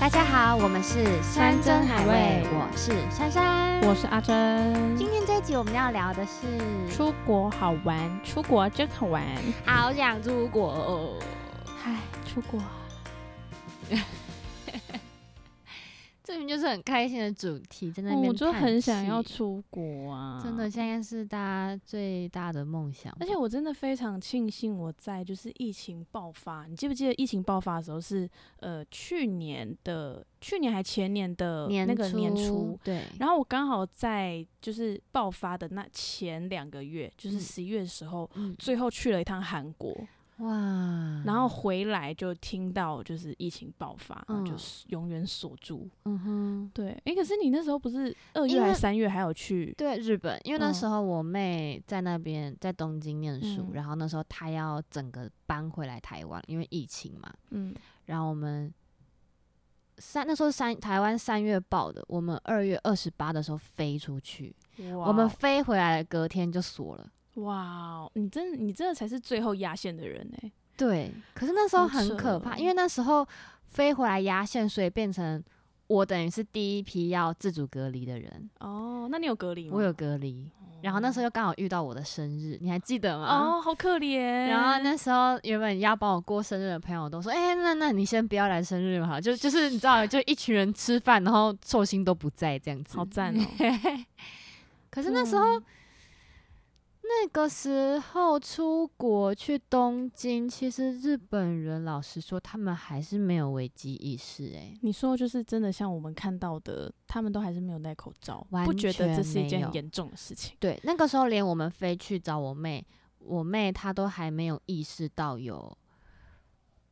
大家好，我们是山珍海味我是珊珊。我是阿珍。今天这一集我们要聊的是，出国好玩，出国真好玩。好想出国哦。唉，出国这明明就是很开心的主题，在那边、哦我就很想要，出国啊！真的，，现在是大家最大的梦想吧。而且我真的非常庆幸我在就是疫情爆发，你记不记得疫情爆发的时候是呃去年的，去年还前年的年那个年初嗯初，对，然后我刚好在就是爆发的那前两个月，就是嗯十一月的时候，嗯，最后去了一趟韩国，哇，然后回来就听到就是疫情爆发，然后就嗯是永远锁住。嗯哼，对，哎、可是你那时候不是二因月为还是三月还有去？对日本，因为那嗯时候我妹在那边在东京念书，嗯然后那时候她要整个搬回来台湾，因为疫情嘛，嗯，然后我们三那时候三台湾三月报的，我们二月二十八的时候飞出去，哇我们哦飞回来隔天就锁了。哇哦，你真的你真的才是最后压线的人哎、对，可是那时候好很扯可哦怕，因为那时候飞回来压线，所以变成我等于是第一批要自主隔离的人，哦，那你有隔离吗？我有隔离，然后那时候又刚好遇到我的生日，你还记得吗？哦，好可怜。然嗯后那时候原本要帮我过生日的朋友都说：“哎、那那你先不要来生日哈，就就是你知道，就一群人吃饭，然后寿星都不在这样子。好赞哦、可是那时候、嗯那个时候出国去东京，其实日本人老实说，他们还是没有危机意识、欸，你说就是真的像我们看到的，他们都还是没有戴口罩，完不觉得全这是一件没有很严重的事情。对，那个时候连我们飞去找我妹，我妹她都还没有意识到有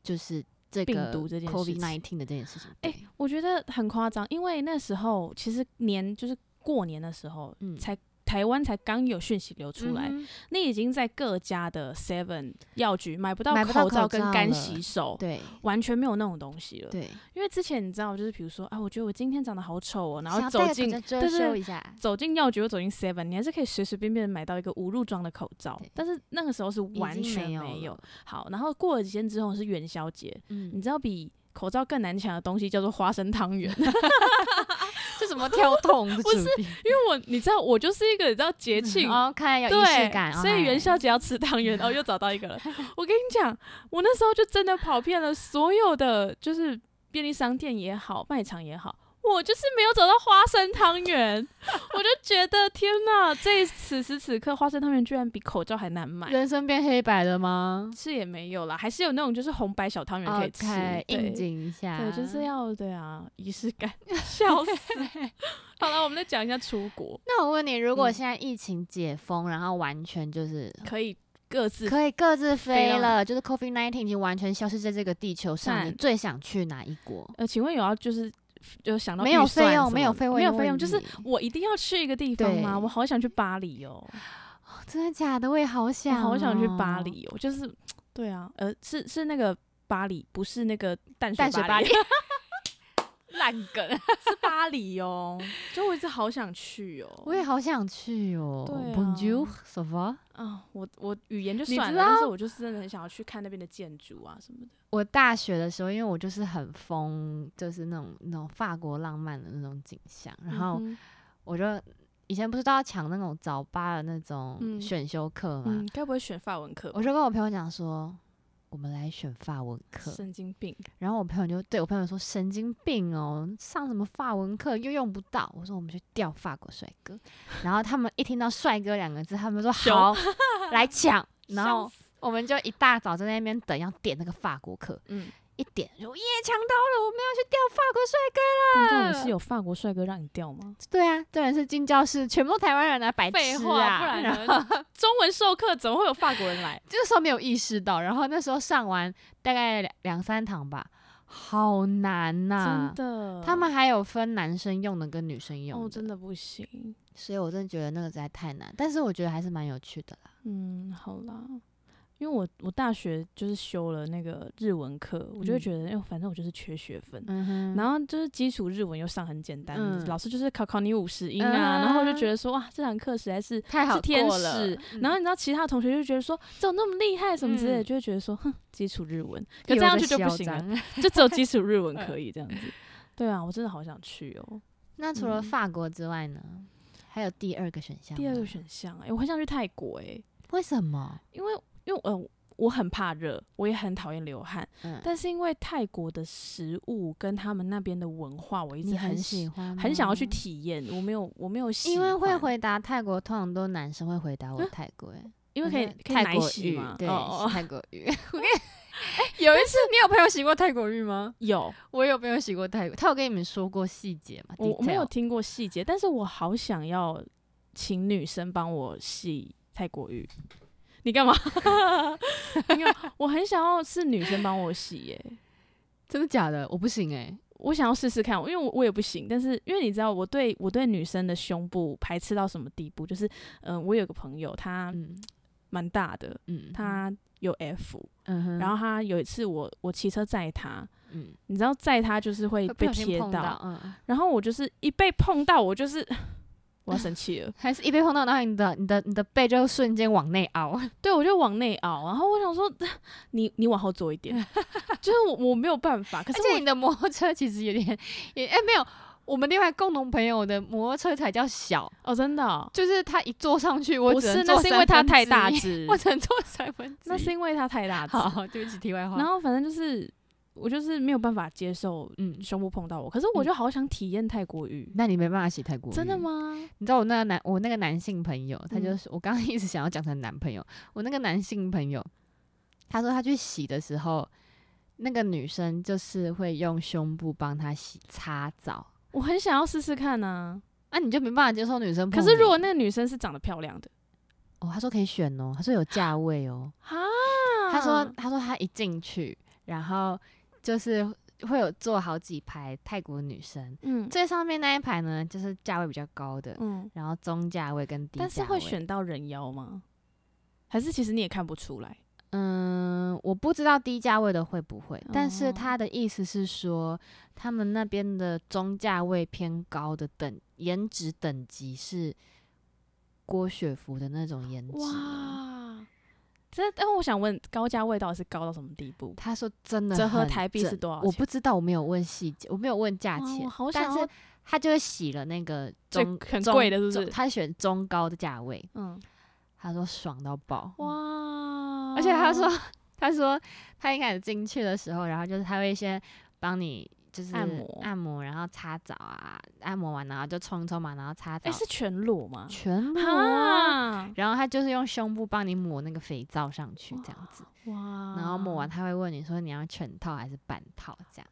就是这病个毒这件事 COVID 情 nineteen 的这件事情。哎、对我觉得很夸张，因为那时候其实年就是过年的时候，嗯才台湾才刚有讯息流出来，嗯哼你已经在各家的 Seven 药局买不到买不到口罩口跟罩干了洗手，对完全没有那种东西了。对，因为之前你知道，就是比如说啊，我觉得我今天长得好丑哦，然想后要走戴进口罩遮对对羞对一下，走进药局又走进 Seven，你还是可以随随便便买到一个无入装的口罩对，但是那个时候是已完经全没有没有了。。好，然后过了几天之后是元宵节，你嗯， 知道比口罩更难抢的东西叫做花生汤圆。 这怎么跳痛？不是因为我你知道我就是一个你知道节 庆。哦，看有仪式对感，，所以元哦宵节要吃汤圆，哦，又找到一个了。我跟你讲，我那时候就真的跑遍了所有的，就是便利商店也好，卖场也好，我就是没有找到花生汤圆，我就觉得天哪，这此时此刻花生汤圆居然比口罩还难买，人生变黑白了吗是也没有啦，还是有那种就是红白小嗯汤圆可以吃？OK，应对景一下，对，就是要对啊，仪式 感，笑死。 好了，我们再讲一下出国，那我问你，如果嗯现在疫情解封，然后完全就是可以各自可以各自飞飞到了，就是 COVID nineteen 已经完全消失在这个地球上，你但最想去哪一国？呃，请问有要就是有想到没有预算费用什么没有的费用没有的费用，问就是题我一定要去一个地方吗？对我好想去巴黎哦，哦真的假的？我也好我想哦，好想去巴黎哦，就是对啊，呃，是是那个巴黎，不是那个淡水淡水巴黎， 黎。烂 梗，是巴黎哦，就我一直好想去哦。我也好想去哦。对啊 Bonjour, ça va？啊，我我语言就你算知了，但是道我就是真的很想要去看那边的建筑啊什么的。我大学的时候，因为我就是很疯，就是那种那种法国浪漫的那种景象，然后嗯哼我就以前不是都要抢那种早八的那种嗯选修课嘛，嗯，该不会选法文课吧？我就跟我朋友讲说，我们来选法文课。神经病，然后我朋友就对我朋友说：“神经病哦，上什么法文课又用不到。”我说：“我们去钓法国帅哥。”然后他们一听到“帅哥”两个字，他们说：“凶好，来 抢。”然笑后死我们就一大早就在那边等，要点那个法国课。嗯，一点就耶抢到了，我们要去钓法国帅哥。但重点是有法国帅哥让你掉吗？对啊，当然是进教室，全部都台湾人来白痴啊，废话，不然 然后呢？中文授课怎么会有法国人来？这时候没有意识到，然后那时候上完大概两两三堂吧，好难呐、真的，嗯哦他们还有分男生用的跟女生用的，哦，真的不行。所以我真的觉得那个实在太难，但是我觉得还是蛮有趣的啦。嗯，好啦，因为我我大学就是修了那个日文课，我就会嗯觉得，哎、反正我就是缺学分。嗯哼然后就是基础日文又上很简单，嗯老师就是考考你五十音啊，然后我就嗯觉得说哇，这堂课实在是太好是天过了使。然后你知道其他同学就觉得说怎么那么厉害什么之类的，嗯 就 会觉得说哼，基础日文，可这样去就不行了，就只有基础日文可以这样子。 对啊，我真的好想去哦。那除了嗯法国之外呢，还有第二个选项吗？第二个选项，哎、我很想去泰国、诶，为什么？因为因为呃，我很怕热，我也很讨厌流汗，嗯，但是因为泰国的食物跟他们那边的文化，我一直你很喜喜欢，很想要去。体验，我没有我没有喜因为会欢，回答泰国，通常都是男生会回答我嗯泰国、欸，因为可以我说可以泰奶国洗浴嘛，，对，哦是哦泰国 浴。我跟你，有一次你有朋友洗过泰国浴吗？有我有朋友洗过泰国，他有跟你们说过细节吗？我我没有 detail 听过细节，但是我好想要请女生帮我洗泰国浴。你干嘛？ 没有，我很想要是女生帮我洗耶、真的假的？我不行哎、我想要试试看，因为我我也不行，但是因为你知道我对我对女生的胸部排斥到什么地步，就是嗯、呃我有个朋友他嗯蛮大的，嗯，他有 F，、嗯哼，然后他有一次我我骑车载他，嗯你知道载他就是会会不被小心贴碰到，嗯，然后我就是一被碰到我就是 我要生气了，还是一被碰到，然后你的你的你的背就瞬间往内凹，对，我就往内凹，然后我想说，你你往后坐 一点，就是我我没有办法，可而是且我你的摩托车其实有点也哎、没有，我们另外共同朋友的摩托车才叫小，哦真的哦、就是他一坐上去我不只能是，坐那是因为它三分太之大一，只，我只能坐三分之一。那是因为它太大 只，好，对不起，题外话。然后反正就是我就是没有办法接受嗯，胸部碰到我，可是我就好想体验泰国浴，那你没办法洗泰国，真的？吗？你知道我那个男，我那个男性朋友，他就嗯是、我刚刚一直想要讲成男朋友，我那个男性朋友，他说他去洗的时候，那个女生就是会用胸部帮他洗擦澡，我很想要试试看呢、那、你就没办法接受女生可碰你。是如果那个女生是长得漂亮的哦，他说可以选哦，他说有价位哦，啊，他说嗯他说他一进去，然后就是会有坐好几排泰国女生，嗯最上面那一排呢就是价位比较高的，嗯，然后中价位跟低价位，但是会选到人妖吗？还是其实你也看不出来？嗯，我不知道低价位的会不会，但是哦他的意思是说，他们那边的中价位偏高的等颜值等级是郭雪芙的那种颜值哦。哇，这但我想问，高价位到底是高到什么地步？他说真的折很合台币是正多少我钱不知道，我没有问细节，我没有问价哇钱我，好但想是要他就是洗了那个最中很中贵的是不中是他选中高的价位，嗯，他说爽到爆。哇，而且他 说，他说他一开始进去的时候，然后就是他会先帮你就是按摩按摩，然后擦澡啊，按摩完然后就冲一冲嘛，然后擦澡，哎、是全裸吗？全裸啊、啊，然后他就是用胸部帮你抹那个肥皂上去这样子，哇，然后抹完他会问你说你要全套还是半套这样，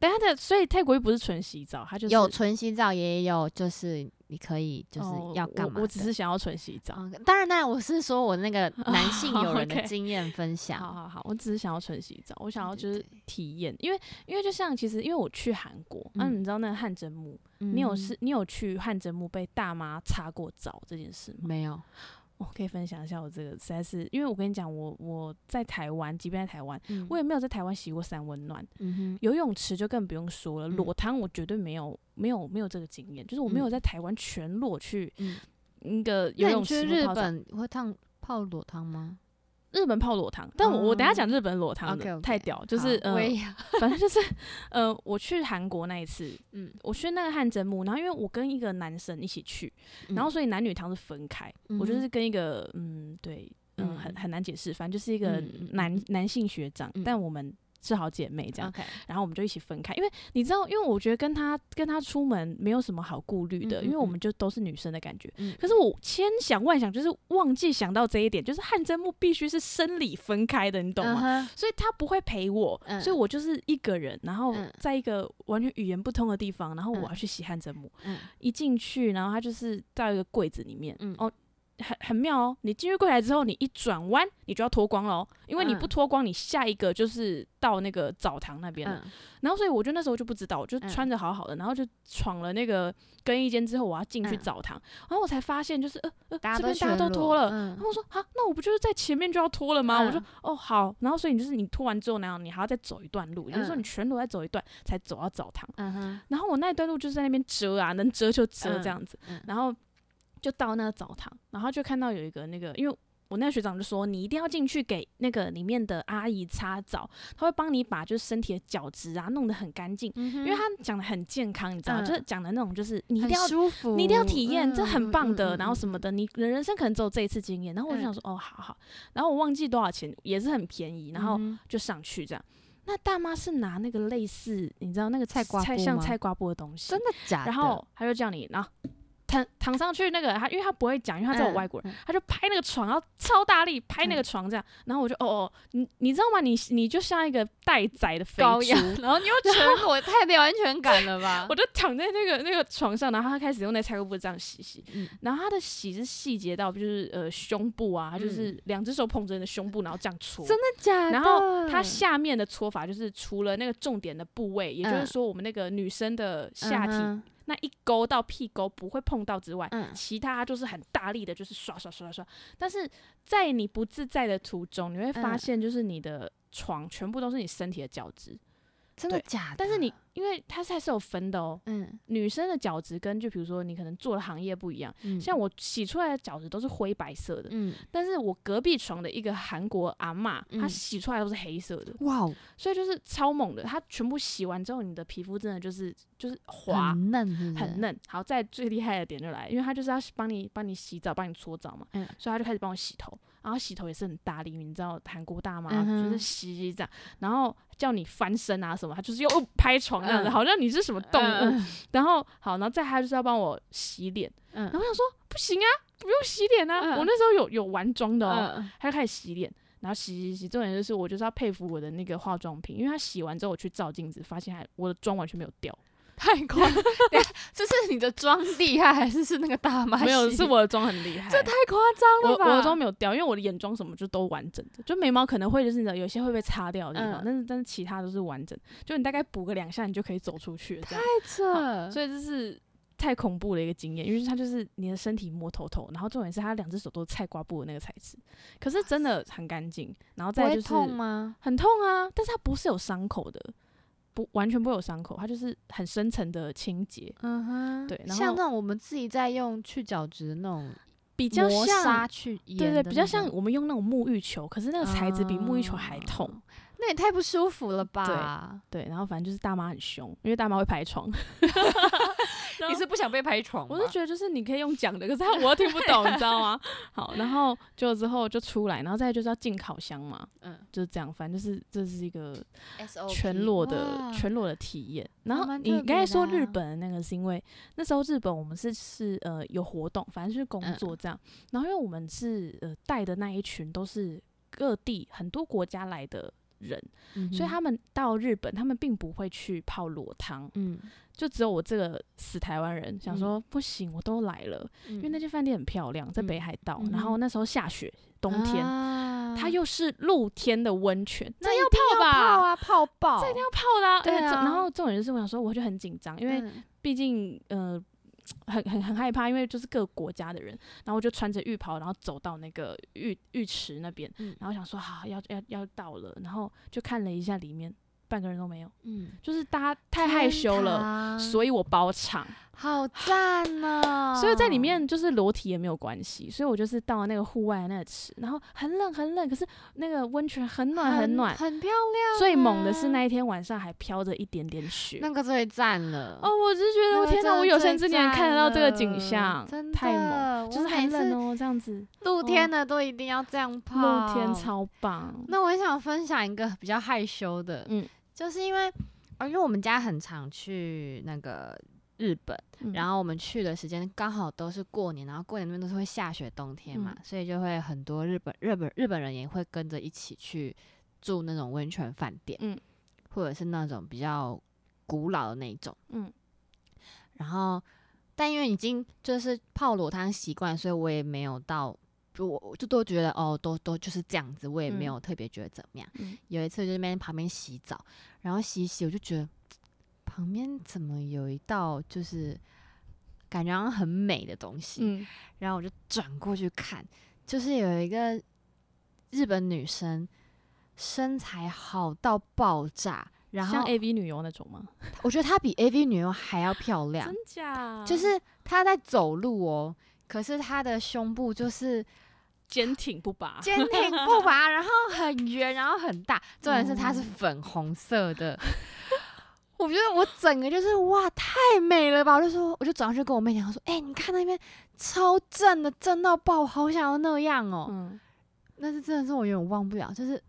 等一下的，所以泰国浴不是纯洗澡，它就是有纯洗澡也有就是你可以就是哦要干嘛我？我只的是想要纯洗澡。嗯，当然，当然，我是说我那 个男性友人的 OK 经验分享，好好好，我只是想要纯洗澡，我想要哦对就是对体验，因为因为就像其实因为我去韩国，那、嗯你知道那个汗蒸木，嗯你有是你有去汗蒸木被大妈擦过澡这件事吗？没有？我哦可以分享一下我这个，实在是因为我跟你讲，我我在台湾，即便在台湾，嗯我也没有在台湾洗过三温暖，嗯哼，游泳池就更不用说了，嗯裸汤我绝对没有没有没有这个经验，就是我没有嗯在台湾全裸去嗯那个游那泳你池去或日泡澡本会烫泡裸汤吗日本泡裸汤，但我、我等一下哦讲日本裸汤的？OK，太屌，就是呃我，也要反正就是呃，我去韩国那一次，嗯，我去那个汗蒸木，然后因为我跟一个男生一起去，然后所以男女汤是分开，我就嗯嗯哼是跟一个嗯对，嗯、很嗯很难解释，反正就是一个嗯嗯嗯男、嗯男性学长，嗯但我们是好姐妹这样， OK，然后我们就一起分开，因为你知道，因为我觉得跟他跟他出门没有什么好顾虑的，嗯嗯因为我们就都是女生的感觉。嗯可是我千想万想，就是忘记想到这一点，就是汗蒸木必须是生理分开的，你懂吗？吗？所以他不会陪我，嗯所以我就是一个人，然后嗯在一个完全语言不通的地方，然后嗯我要去洗汗蒸木。嗯一进去，然后他就是到一个柜子里面，嗯哦，很很妙哦。你进去柜台之后，你一转弯，你就要脱光了哦，因为你嗯不脱光，你下一个就是到那个澡堂那边了。嗯然后所以我就那时候就不知道，我就嗯穿着好好的，然后就闯了那个更衣间之后，我要进去嗯澡堂，然后我才发现就是呃呃，大这家都边大家全都裸脱了。然嗯后我说啊，那我不就是在前面就要脱了吗？我说嗯哦好，然后所以你就是你脱完之后，然后你还要再走一段路，也就是说嗯你全裸再走一段才走到澡堂。嗯哼，然后我那一段路就是在那边遮啊，能遮就遮嗯这样子，嗯然后就到那个澡堂，然后就看到有一个那个，因为我那个学长就说，你一定要进去给那个里面的阿姨擦澡，她会帮你把就是身体的角质啊弄得很干净，因因为她讲的很健康，你知道吗，嗯就是讲的那种就是你一很定要舒服，你一定要体验，这嗯很棒的，然后什么？么的，你人人生可能只有这一次经验。然后我就想说，哦，好好。然后我忘记多少钱，也是很便宜，然后嗯哼就上去这样。那大妈是拿那个类似，你知道那个菜瓜菜布像吗菜瓜布的东西真，的假的？然后他就叫你，然后躺躺上去那个，他因为他不会讲，因为他知道我外国人，人，他就拍那个床，然后超大力拍那个嗯床这样。然后我就，哦哦，你你知道吗？你你就像一个待宰的肥高猪压，，然后你又全裸，太没有安全感了吧？我就躺在那个那个床上，然后他开始用那菜瓜布这样洗洗，嗯然后他的洗是细节到就是呃胸部啊，他就是两只手捧着你的胸部，然后这样搓。嗯真的假的？然后它下面的搓法就是除了那个重点的部位，也就是嗯说我们那个女生的下体、嗯那一勾到屁沟不会碰到之外，哼，嗯，其他就是很大力的，就是刷刷刷刷刷。但是在你不自在的途中，你会发嗯现就是你的床全部都是你身体的角质，真的对假的？但是你因为它是还是有分的哦，嗯，女生的角质跟就比如说你可能做的行业不一样，嗯像我洗出来的角质都是灰白色的，嗯，但是我隔壁床的一个韩国阿嬷，她嗯洗出来都是黑色的，哇哦，所以就是超猛的。她全部洗完之后，你的皮肤真的就是就是滑。很嫩，是不是很，嫩，好，再最厉害的点就来，因为她就是要帮你帮你洗澡，帮你搓澡嘛，嗯所以她就开始帮我洗头，然后洗头也是很大力，你知道韩国大妈、嗯哼就是洗洗这样，然后叫你翻身啊什么，她就是又拍床那样子，嗯好像你是什么动物，嗯然后好，然后再他就是要帮我洗脸，嗯然后我想说不行啊，不用洗脸啊，嗯我那时候有有玩妆的哦，嗯 他就开始洗脸，然后洗洗洗，重点就是我就是要佩服我的那个化妆品，因为他洗完之后我去照镜子，发现还我的妆完全没有掉，太夸，等一下这是你的妆厉害，还是是那个大啊妈洗？没有是我的妆很 厉害，这太夸张我了吧？我的妆没有掉，因为我的眼妆什么就都完整的，就眉毛可能会就是你知道有些会被擦掉的地方，嗯但是但是其他都是完整，就你大概补个两下你就可以走出去了这样。太扯，所以这是太恐怖的一个经验，因为它就是你的身体摸头头，然后重点是它两只手都是菜瓜布的那个材质，可是真的很干净，然后不再来会就是痛吗？很痛啊，但是它不是有伤口的，不完全不会有伤口，它就是很深层的清洁，嗯哼，对然后像那种我们自己在用去角质的那种比较磨砂像去盐的对那种，对，比较像我们用那种沐浴球，可是那个材质比沐浴球还痛，哦那也太不舒服了吧？对，然后反正就是大妈很凶，因为大妈会拍床，然后不想被拍床我是觉得就是你可以用讲的，可是他我又听不懂，你知道吗？好，然后就之后就出来，然后再来就是要进烤箱嘛，嗯就是这样，反正就是这是一个，SOP 全裸的哇全裸的体验。然还后蛮你特刚才别说的日啊本的那个是因为那时候日本我们是是呃有活动，反正就是工嗯作这样，然后因为我们是呃带的那一群都是各地很多国家来的人，嗯哼所以他们到日本，他们并不会去泡裸汤，嗯，就只有我这个死台湾人想说、不行，我都来了。因因为那间饭店很漂亮，在北海道，嗯啊然后嗯那时候下雪，冬天，它它又是露天的温泉，这那要一定泡吧泡啊，泡爆，这一定要泡啦。对而且这啊嗯然后重点就是我想说，我就很紧张，因为为毕竟呃。很很很害怕，因为就是各国家的人，然后我就穿着浴袍，然后走到那个浴浴池那边，嗯然后想说好、要要要到了，然后就看了一下里面，半个人都没有，嗯就是大家太害羞了，，天所以我包场。堂好赞哦呢。所以在里面就是裸体也没有关系，所以我就是到那个户外那吃，然后很冷很冷，可是那个温泉很暖很暖。很漂亮，最猛的是那一天晚上还飘着一点点雪。那个最赞了。哦，我只是觉那个得我天真哪，的我有生最之年看得到这个赞景了象，真太的猛，就我是很每次冷哦，这样子露天的都一定要这样泡，露天。超棒。那我也想分享一个比较害羞的，嗯就是因为，呃，因为我们家很常去那个日本，嗯然后我们去的时间刚好都是过年，然后过年那边都是会下雪，冬天嗯嘛，所以就会很多日本日本日本人也会跟着一起去住那种温泉饭店，嗯或者是那种比较古老的那一种，嗯然后但因为已经就是泡裸汤习惯，所以我也没有到。就我我就都觉得哦，都都就是这样子，我也没嗯有特别觉得怎么样。嗯有一次就在那边旁边洗澡，然后洗一洗，我就觉得旁边怎么有一道就是感觉好像很美的东西，嗯然后我就转过去看，就是有一个日本女生，身材好到爆炸，然像后 A V 女优那种吗？我觉得她比 AV 女优还要漂亮，假就是她在走路哦，可是她的胸部就是坚挺不拔，坚挺不拔，然后很圆，然后很大，重点是它是粉红色的。我觉得我整个就是哇，太美了吧！我就说，我就转过去跟我妹讲，我说：“哎、你看那边超正的，正到爆，我好想要那样哦、嗯，那是真的是我永远忘不了，就是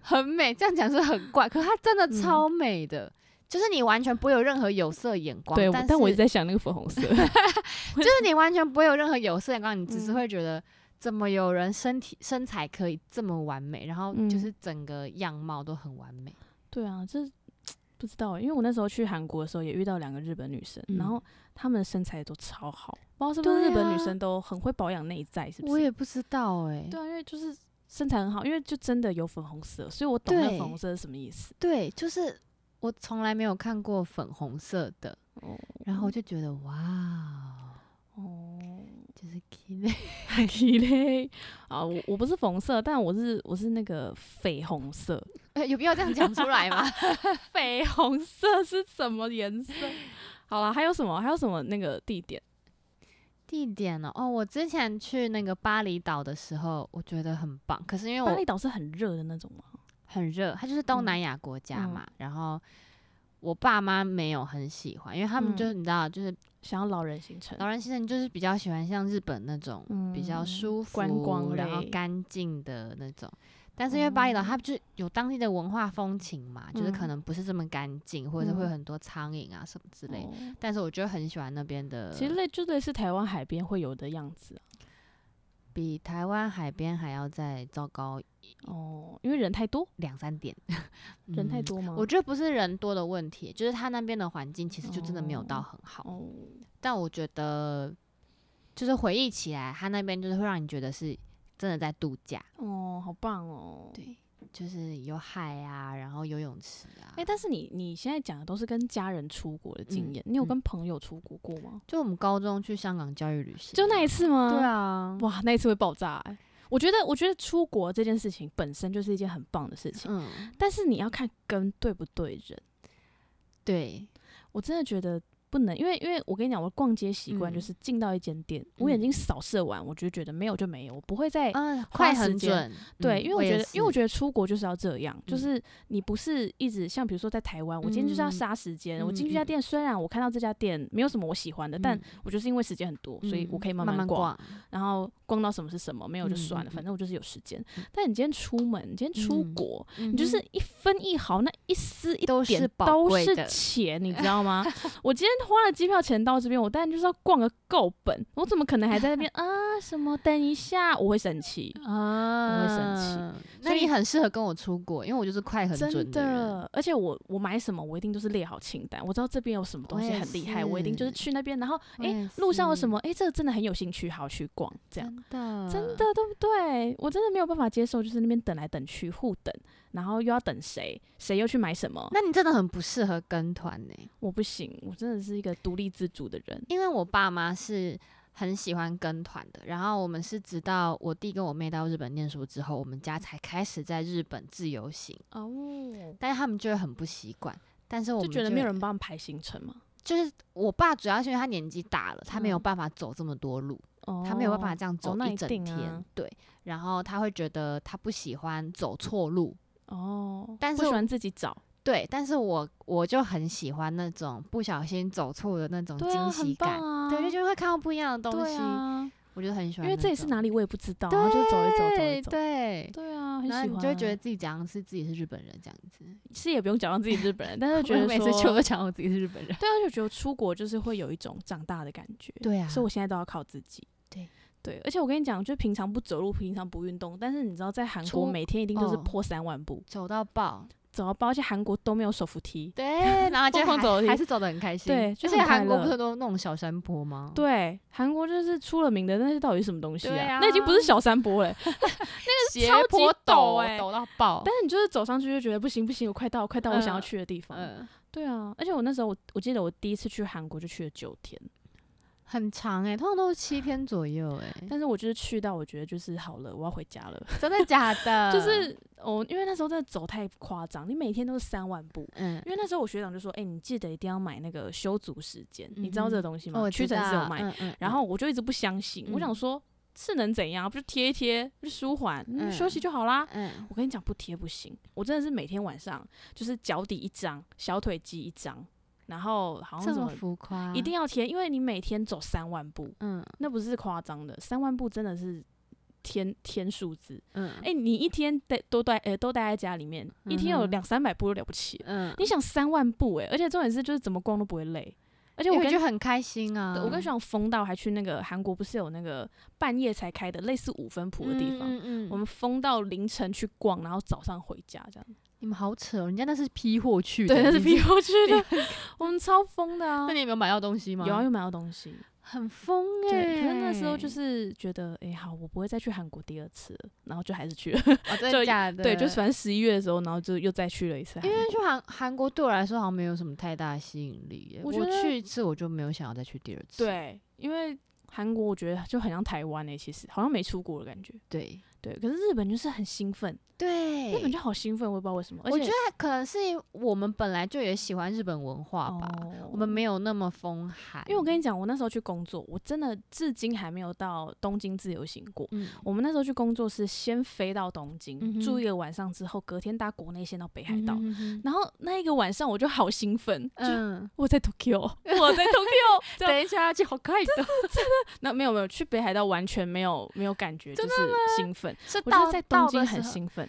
很美。这样讲是很怪，可是它真的嗯超美的，就是你完全不会有任何有色眼光。对，我但但我一是直在想那个粉红 色，就是你完全不会有任何有色眼光，你只是嗯会觉得怎么有人身体身材可以这么完美，然后就嗯是整个样貌都很完美。对啊，这不知道欸，因为我那时候去韩国的时候也遇到两个日本女生，嗯然后她们的身材都超好，不知道是不是对日本啊女生都很会保养内在，是不我是？也不知道哎、对啊，因为就是身材很好，因为就真的有粉红色，所以我懂那对粉红色是什么意思。对，就是我从来没有看过粉红色的，哦然后我就觉得哇，哦， 就是 k 还可以嘞啊，我我不是粉红色，但我是我是那个绯红 色，哎有必要这样讲出来吗？ 绯红色是什么颜色？好了，还有什么？还有什么那个地点？地点呢、哦？我之前去那个巴厘岛的时候，我觉得很棒，可是因为巴我厘岛是很热的那种吗？很热，它就是东嗯南亚国家嘛。然后我爸妈没有很喜欢，因为他们嗯就是、你知道，就是想要老人行程，老人先生就是比较喜欢像日本那种、嗯比较舒服、观光然后类干净的那种。但是因为巴厘岛，哦它就是有当地的文化风情嘛，就是可嗯能不是这么干净，或者是会有嗯很多苍蝇啊什么之类的。哦但是我就很喜欢那边的，其实类就类似台湾海边会有的样子啊、比台湾海边还要再糟糕哦，因为人太多，两三点， 人太嗯多吗？我觉得不是人多的问题，就是他那边的环境其实就真的没有到哦很好，哦，但我觉得就是回忆起来，他那边就是会让你觉得是真的在度假，哦，好棒哦。对，就是有海啊，然后游泳池啊。哎、但是你你现在讲的都是跟家人出国的经嗯验，你有嗯跟朋友出国过吗？就我们高中去香港教育旅行，就那一次，次吗？对，啊，哇，那一次会爆炸哎、我觉得，我觉得出国这件事情本身就是一件很棒的事情，嗯，但是你要看跟对不对人。对，我真的觉得不能，因为因为我跟你讲，我逛街习惯嗯就是进到一间店，我眼睛扫射完，我就觉得没有就没有，我不会再、嗯，快哎时很间准，对，嗯因为我觉也得，因为我是觉得出国就是要这样，就嗯是你不是一直像比如说在台湾，我今天就是要嗯杀时间，嗯我进去这家店，虽然我看到这家店没有什么我喜欢的，但嗯我就是因为时间很多，所以我嗯可以慢慢逛，逛，然后逛到什么是什么，没有就算嗯了，嗯嗯反正我就是有时间嗯。但你今天出门，你今天出嗯国，你你就是一分一毫那一丝一都点是宝都贵是的钱， 你知道吗？我今天花了机票钱到这边，我当然就是要逛个够本，我怎么可能还在 那边啊？什么等一下，我会生气，啊，会生气那所你以很适合跟我出国，因为我就是快很真准人。的。而且我我买什么，我一定都是列好清单，我知道这边有什么东西我也很厉害，我一定就是是去那边，然后我诶，也路上有什是么诶，这个真的很有兴趣，好去逛这样。真的，真的对不对？我真的没有办法接受，就是那边等来等去互等，然后又要等谁，谁又去买什么，那你真的很不适合跟团呢、我不行，我真的是一个独立自主的人。因为我爸妈是很喜欢跟团的，然后我们是直到我弟跟我妹到日本念书之后，我们家才开始在日本自由行，哦，但是他们就会很不习惯。但是我就们觉得没有，人帮我们排行程嘛，就是我爸主要是因为他年纪大了，他没有嗯办法走这么多路，哦他没有办法这样走哦那一整定天，啊对。然后他会觉得他不喜欢走错路，哦，但不是喜我欢自己找，对。但是我我就很喜欢那种不小心走错的那种对啊，惊很喜棒感，啊，对，就就会看到不一样的东对西，啊，我觉得很喜因欢。为这里是哪里？里我也不知道，对，然后就走一走，走一走，对。对啊，很喜然后欢你啊，就会觉得自己讲是自己是日本人这样子，是也不用假装自己日本人，但我 是觉得每说次去我都讲我自己是日本人。对啊，就觉得出国就是会有一种长大的感觉，对啊所以我现在都要靠自己。对对，而且我跟你讲，就平常不走路，平常不运动，但是你知道在韩国出每天一定都是哦破三万步，走到爆， 走到包，而且韩国都没有手扶梯。对，然后就疯狂还走楼梯还是走得很开心。对就而且很韩快国乐不是都那种小山坡吗？，对，韩国就是出了名的，那是到底是什么东嗯西对啊？啊那已经不是小山坡了欸、斜超级坡陡陡欸陡到爆。但是你就是走上去就觉得不行不行，我快到快到我想要嗯去的地方。嗯，对啊，而且我那时候我我记得我第一次去韩国就去了九天，很长哎，通常都是七天左右 哎，但是我就是去到我觉得就是好了，我要回家了。真的假的？就是哦，因为那时候真的走太夸张，你每天都是三万步。嗯，因为那时候我学长就说：“哎、你记得一定要买那个修足时间，你知道这个嗯哼东西哦吗？我屈知臣氏有道卖。嗯嗯然嗯后我就一直不相信，我想嗯说是能怎样？不就贴一贴，就舒缓，嗯嗯休息就好啦。嗯，我跟你讲，不贴不行。我真的是每天晚上就是脚底一张，小腿肌一张，然后好像这什么么浮夸，一定要贴，因为你每天走三万步，嗯那不是夸张的，三万步真的是天天数字。嗯，哎、你一天待都待呃都待在家里面，一天有嗯哼两三百步就了不起了。嗯，你想三万步哎、而且重点是就是怎么逛都不会累，而且因我为跟就很开心啊，对我跟学长疯到还去那个韩国不是有那个半夜才开的类似五分铺的地方，嗯嗯嗯我们疯到凌晨去逛，然后早上回家这样。你们好扯哦，人家那是批货去的，对，那是你批过去 的，我们超疯的啊那！你有没有买到东西吗？有啊，又买到东西。很疯哎、对，可是那时候就是觉得，哎、好，我不会再去韩国第二次了，然后就还是去了。哦、真就的假的？对，就是反正十一月的时候，然后就又再去了一次韩因国。为去韩韩国对我来说好像没有什么太大的吸引力耶、我觉我得去一次我就没有想要再去第二次。对，因为韩国我觉得就很像台湾诶、欸其实好像没出国的感觉。对对，可是日本就是很兴奋，对，日本就好兴奋，我也不知道为什么。而且我觉得可能是因为我们本来就也喜欢日本文化吧，哦我们没有那么疯韩。因为我跟你讲，我那时候去工作，我真的至今还没有到东京自由行过。嗯我们那时候去工作是先飞到东京、嗯哼住一个晚上，之后隔天搭国内线到北海道。嗯哼然后那一个晚上我就好兴奋，就是嗯，我在 Tokyo，我 在 Tokyo 这样。等一下要去好看 的，那没有没有去北海道完全没有没有感觉，就是兴奋。是我觉到得在东京到的时很候兴奋，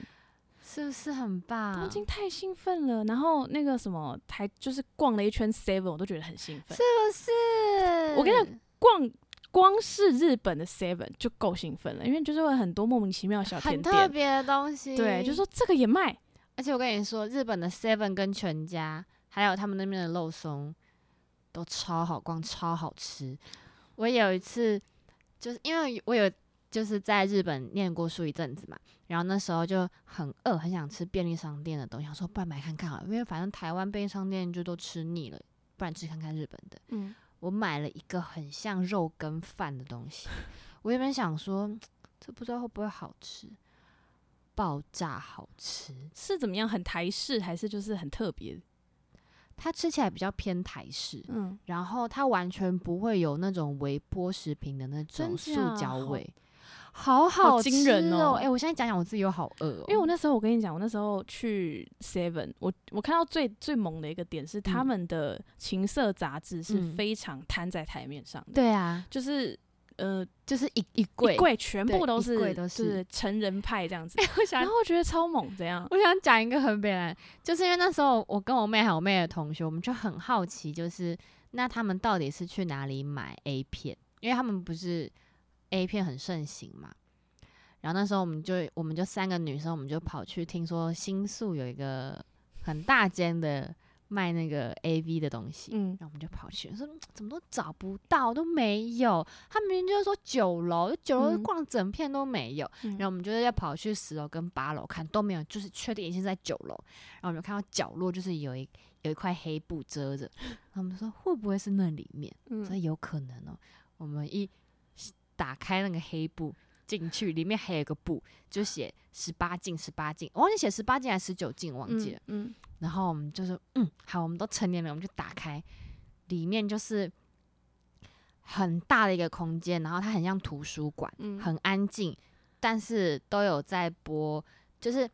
是不是很棒？东京太兴奋了。然后那个什么台就是逛了一圈 Seven，我都觉得很兴奋是。不是？我跟你逛光是日本的 Seven 就够兴奋了，因为就是会有很多莫名其妙的小甜很特点，别的东西，对，就说这个也卖，而且我跟你说，日本的 Seven 跟全家，还有他们那边的肉松，都超好逛，超好吃。我有一次，就是因为我有就是在日本念过书一阵子嘛，然后那时候就很饿，很想吃便利商店的东西，想说不然买看看好了，因为反正台湾便利商店就都吃腻了，不然吃看看日本的。嗯，我买了一个很像肉羹饭的东西，我原本想说这不知道会不会好吃，爆炸好吃。是怎么样，很台式还是就是很特别，它吃起来比较偏台式，嗯，然后它完全不会有那种微波食品的那真种塑假胶好味，好好好吃惊人哦！哦哎、我现在讲讲我自己又好饿哦，因为我那时候我跟你讲，我那时候去 Seven，我我看到最最萌的一个点是他们的情色杂志是嗯非常摊在台面上的，对啊，就是呃就是一一柜柜。柜全对部都一是柜都就是是成人派这样子， 我想然后我觉得超猛，怎样？我想讲一个很北然，就是因为那时候我跟我妹还有我妹的同学，我们就很好奇，就是那他们到底是去哪里买 A 片？因为他们不是 A 片很盛行嘛。然后那时候我们就我们就三个女生，我们就跑去听说新宿有一个很大间的卖那个 AV 的东西，嗯，然后我们就跑去说嗯怎么都找不到，都没有。他明明就是说九楼，九楼嗯逛整片都没有。嗯然后我们就是要跑去十楼跟八楼看都没有，就是确定已经在九楼。然后我们就看到角落就是有一有一块黑布遮着，然后我们说会不会是那里面？所嗯，以有可能哦、我们一打开那个黑布进去，里面还有一个布，就写十八禁，十八禁，我忘记写十八禁还是十九禁，忘记了。嗯，然后我们就是嗯，好，我们都成年了，我们就打开，里面就是很大的一个空间，然后它很像图书馆，嗯很安静，但是都有在播，就是。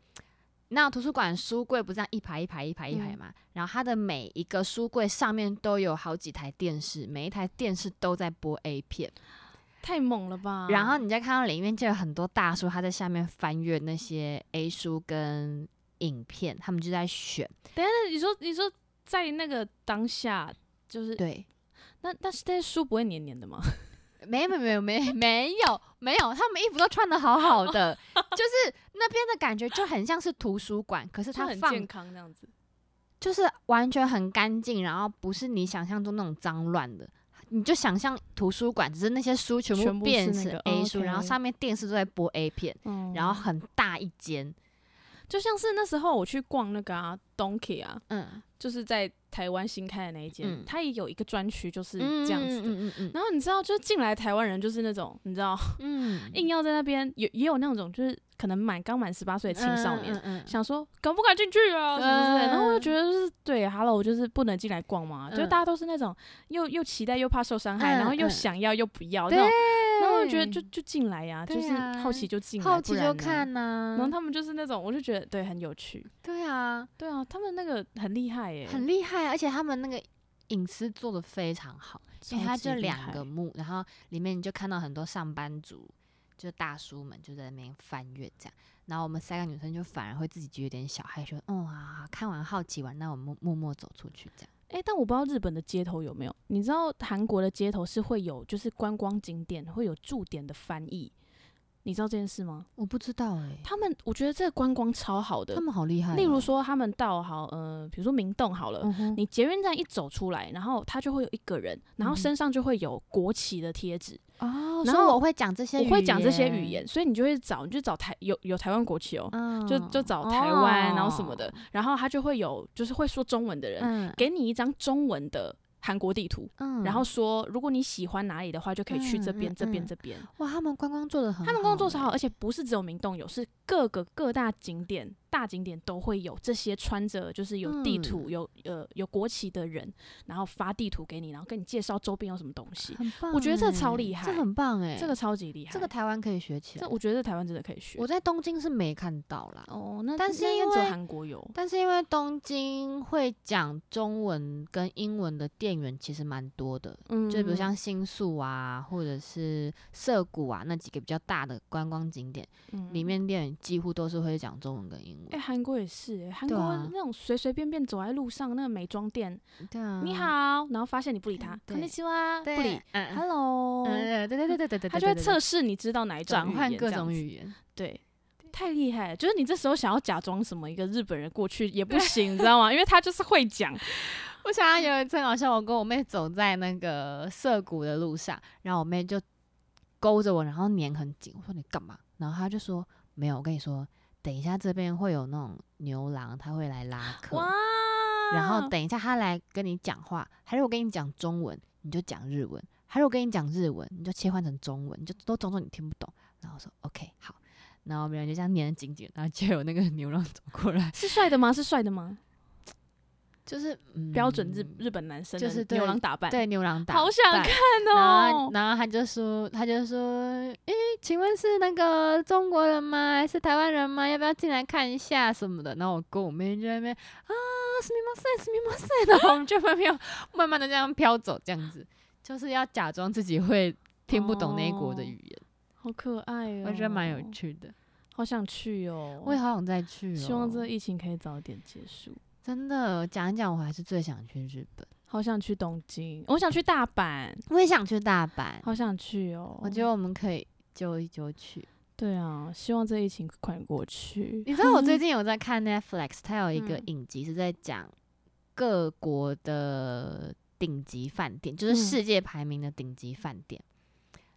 那图书馆书柜不是这样一排一排一排一排嗯嘛？然后它的每一个书柜上面都有好几台电视，每一台电视都在播 A 片。太猛了吧？然后你再看到里面就有很多大叔，他在下面翻阅那些 A 书跟影片，他们就在选。等一下，那你说你说在那个当下，就是对，那但是那些书不会黏黏的吗？没没没没没有没有，他们衣服都穿的好好 的，就是那边的感觉就很像是图书馆，可是就它很健放康这样子，就是完全很干净，然后不是你想象中那种脏乱的。你就想象图书馆，只是那些书全全部部变是那成个哦 A 书，然后 OK 上面电视都在播 A 片，嗯然后很大一间，就像是那时候我去逛那个啊 Donkey 啊，嗯，就是在台湾新开的那一间，嗯它也有一个专区，就是嗯这样子的。嗯嗯然后你知道，就进来台湾人就是那种，你知道，嗯硬要在那边也也有那种，就是可能满刚满十八岁的青少嗯年，，想说敢不敢进去啊什么之类的。然后我就觉得就是对，Hello，我就是不能进来逛嘛，就嗯大家都是那种又又期待又怕受伤害，嗯然后又嗯想要又不要那对种。然后我我觉得就对就进来呀、对就是啊好奇就进来，好不奇然就呢。看啊呐、然后他们就是那种，我就觉得对很有趣，对啊，对啊，他们那个很厉害耶、很厉害，啊而且他们那个隐私做的非常好，因为超它级就厉两害个幕，然后里面你就看到很多上班族，就大叔们就在那边翻阅这样，然后我们三个女生就反而会自己就有点小害羞，嗯啊，看完好奇完，那我们默默走出去这样。哎、但我不知道日本的街头有没有。你知道韩国的街头是会有，就是观光景点会有驻点的翻译，你知道这件事吗？我不知道哎、他们我觉得这个观光超好的他。们好厉害哦、例如说，他们到好，呃，比如说明洞好了，嗯哼，你捷运站一走出来，然后他就会有一个人，然后嗯哼身上就会有国旗的贴纸。哦，然所以后我会讲这些，我会讲这些语言，，所以你就会找，你就找台有有台湾国旗哦，嗯，就就找台湾，然后什么的，然后他就会有就是会说中文的人，嗯，给你一张中文的韩国地图，嗯然后说，如果你喜欢哪里的话，就可以去这边、嗯嗯这边、嗯这边。哇，他们观光做的很好欸，他们工作超好，而且不是只有明洞有，是各个各大景点、大景点都会有这些穿着就是有嗯地图、有呃有国旗的人，然后发地图给你，然后跟你介绍周边有什么东 西。很棒欸，我觉得这超厉这害很棒哎，这个超级厉害，这个台湾可以学起这来。我觉得台湾真的可以学我。在东京是没看到啦，哦，那但是那应该只因有为韩国有，但是因为东京会讲中文跟英文的店员其实蛮多的，嗯就比如像新宿啊，或者是涩谷啊那几个比较大的观光景点，里。嗯面店员几乎都是会讲中文跟英哎，文。韩国也是哎，韩对国啊那种随随便便走在路上，那个美妆店，对啊，你，好，然后发现你不理他，嗯对こんにちは，对，啊不理嗯，嗯，hello，嗯对对对对对对，他对就会对对测试你知道哪一种转换语言各这样种子语言，对。太厉害了！就是你这时候想要假装什么一个日本人过去也不行，你知道吗？因为他就是 会讲，我想到有一次很好笑，我跟我妹走在那个涩谷的路上，然后我妹就勾着我，然后粘很紧。我说你干嘛？然后她就说没有，我跟你说，等一下这边会有那种牛郎，他会来拉客，哇！然后等一下他来跟你讲话，还是我跟你讲中文，你就讲日文，还是我跟你讲日文，你就切换成中文，你就都装作你听不懂。然后我说 OK 好，然后我们俩就这样粘得紧紧，然后就有那个 牛郎走过来，是帅的吗？是帅的吗？就是、嗯标准日日本男生的就是对牛郎打扮，对牛郎打好想扮看 然后哦。然后他就说，他就说，诶，请问是那个中国人吗？还是台湾人吗？要不要进来看一下什么的？然后我跟我妹就在那边啊，すみません，すみません，然后我们就慢慢慢慢的这样飘走，这样子，就是要假装自己会听不懂那一国的语言，好可爱哦，我觉得蛮有，趣的。好想去哦。我也好想再去、哦，希望这疫情可以早点结束。真的讲一讲，我还是最想去日本，好想去东京，我想去大阪，我也想去大阪，好想去哦。我觉得我们可以揪一揪去。对啊，希望这疫情快过去。你知道我 最近有在看 Netflix，它有一个嗯影集是在讲各国的顶级饭店，就是嗯世界排名的顶级饭店。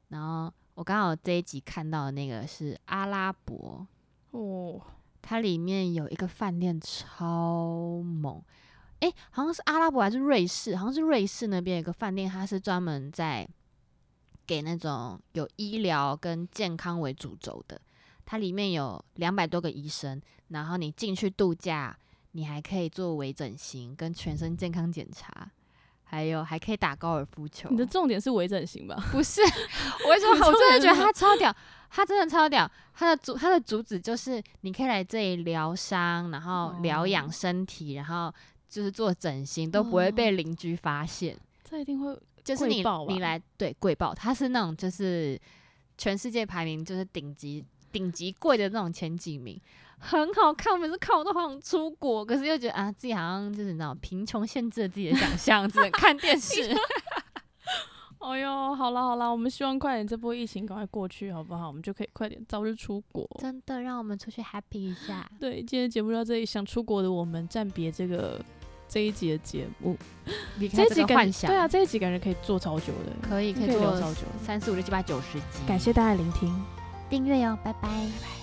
然后我刚好这一集看到的那个是阿拉伯，哦，它里面有一个饭店超猛，诶，好像是阿拉伯还是瑞士，好像是瑞士那边有个饭店，它是专门在给那种有医疗跟健康为主轴的。它里面有两百多个医生，然后你进去度假，你还可以做微整形跟全身健康检查，还有还可以打高尔夫球。你的重点是微整形吧？ 不是， 我跟你说，你重我真的点觉得是他超屌，他真的超屌。他的主他的主旨就是你可以来这里疗伤，然后疗养哦身体，然后就是做整形都不会被邻居发现。这一定会就是贵你报吧你来对贵报，他是那种就是全世界排名就是顶级顶级贵的那种前几名。很好看，每次看我都好想出国，可是又觉得啊，自己好像就是你知道，贫穷限制了自己的想象，只能看电 视。哎呦，好啦好啦，我们希望快点这波疫情赶快过去，好不好？我们就可以快点早日出国。真的，让我们出去 happy 一下。对，今天节目到这里，想出国的我们暂别这个这一集的节目。离这开一这集个感幻觉想。对啊，，这一集感觉可以做超久的，可以可可以聊做超久。三四五六七八九十集。感谢大家的聆听。订阅哟，拜拜。拜拜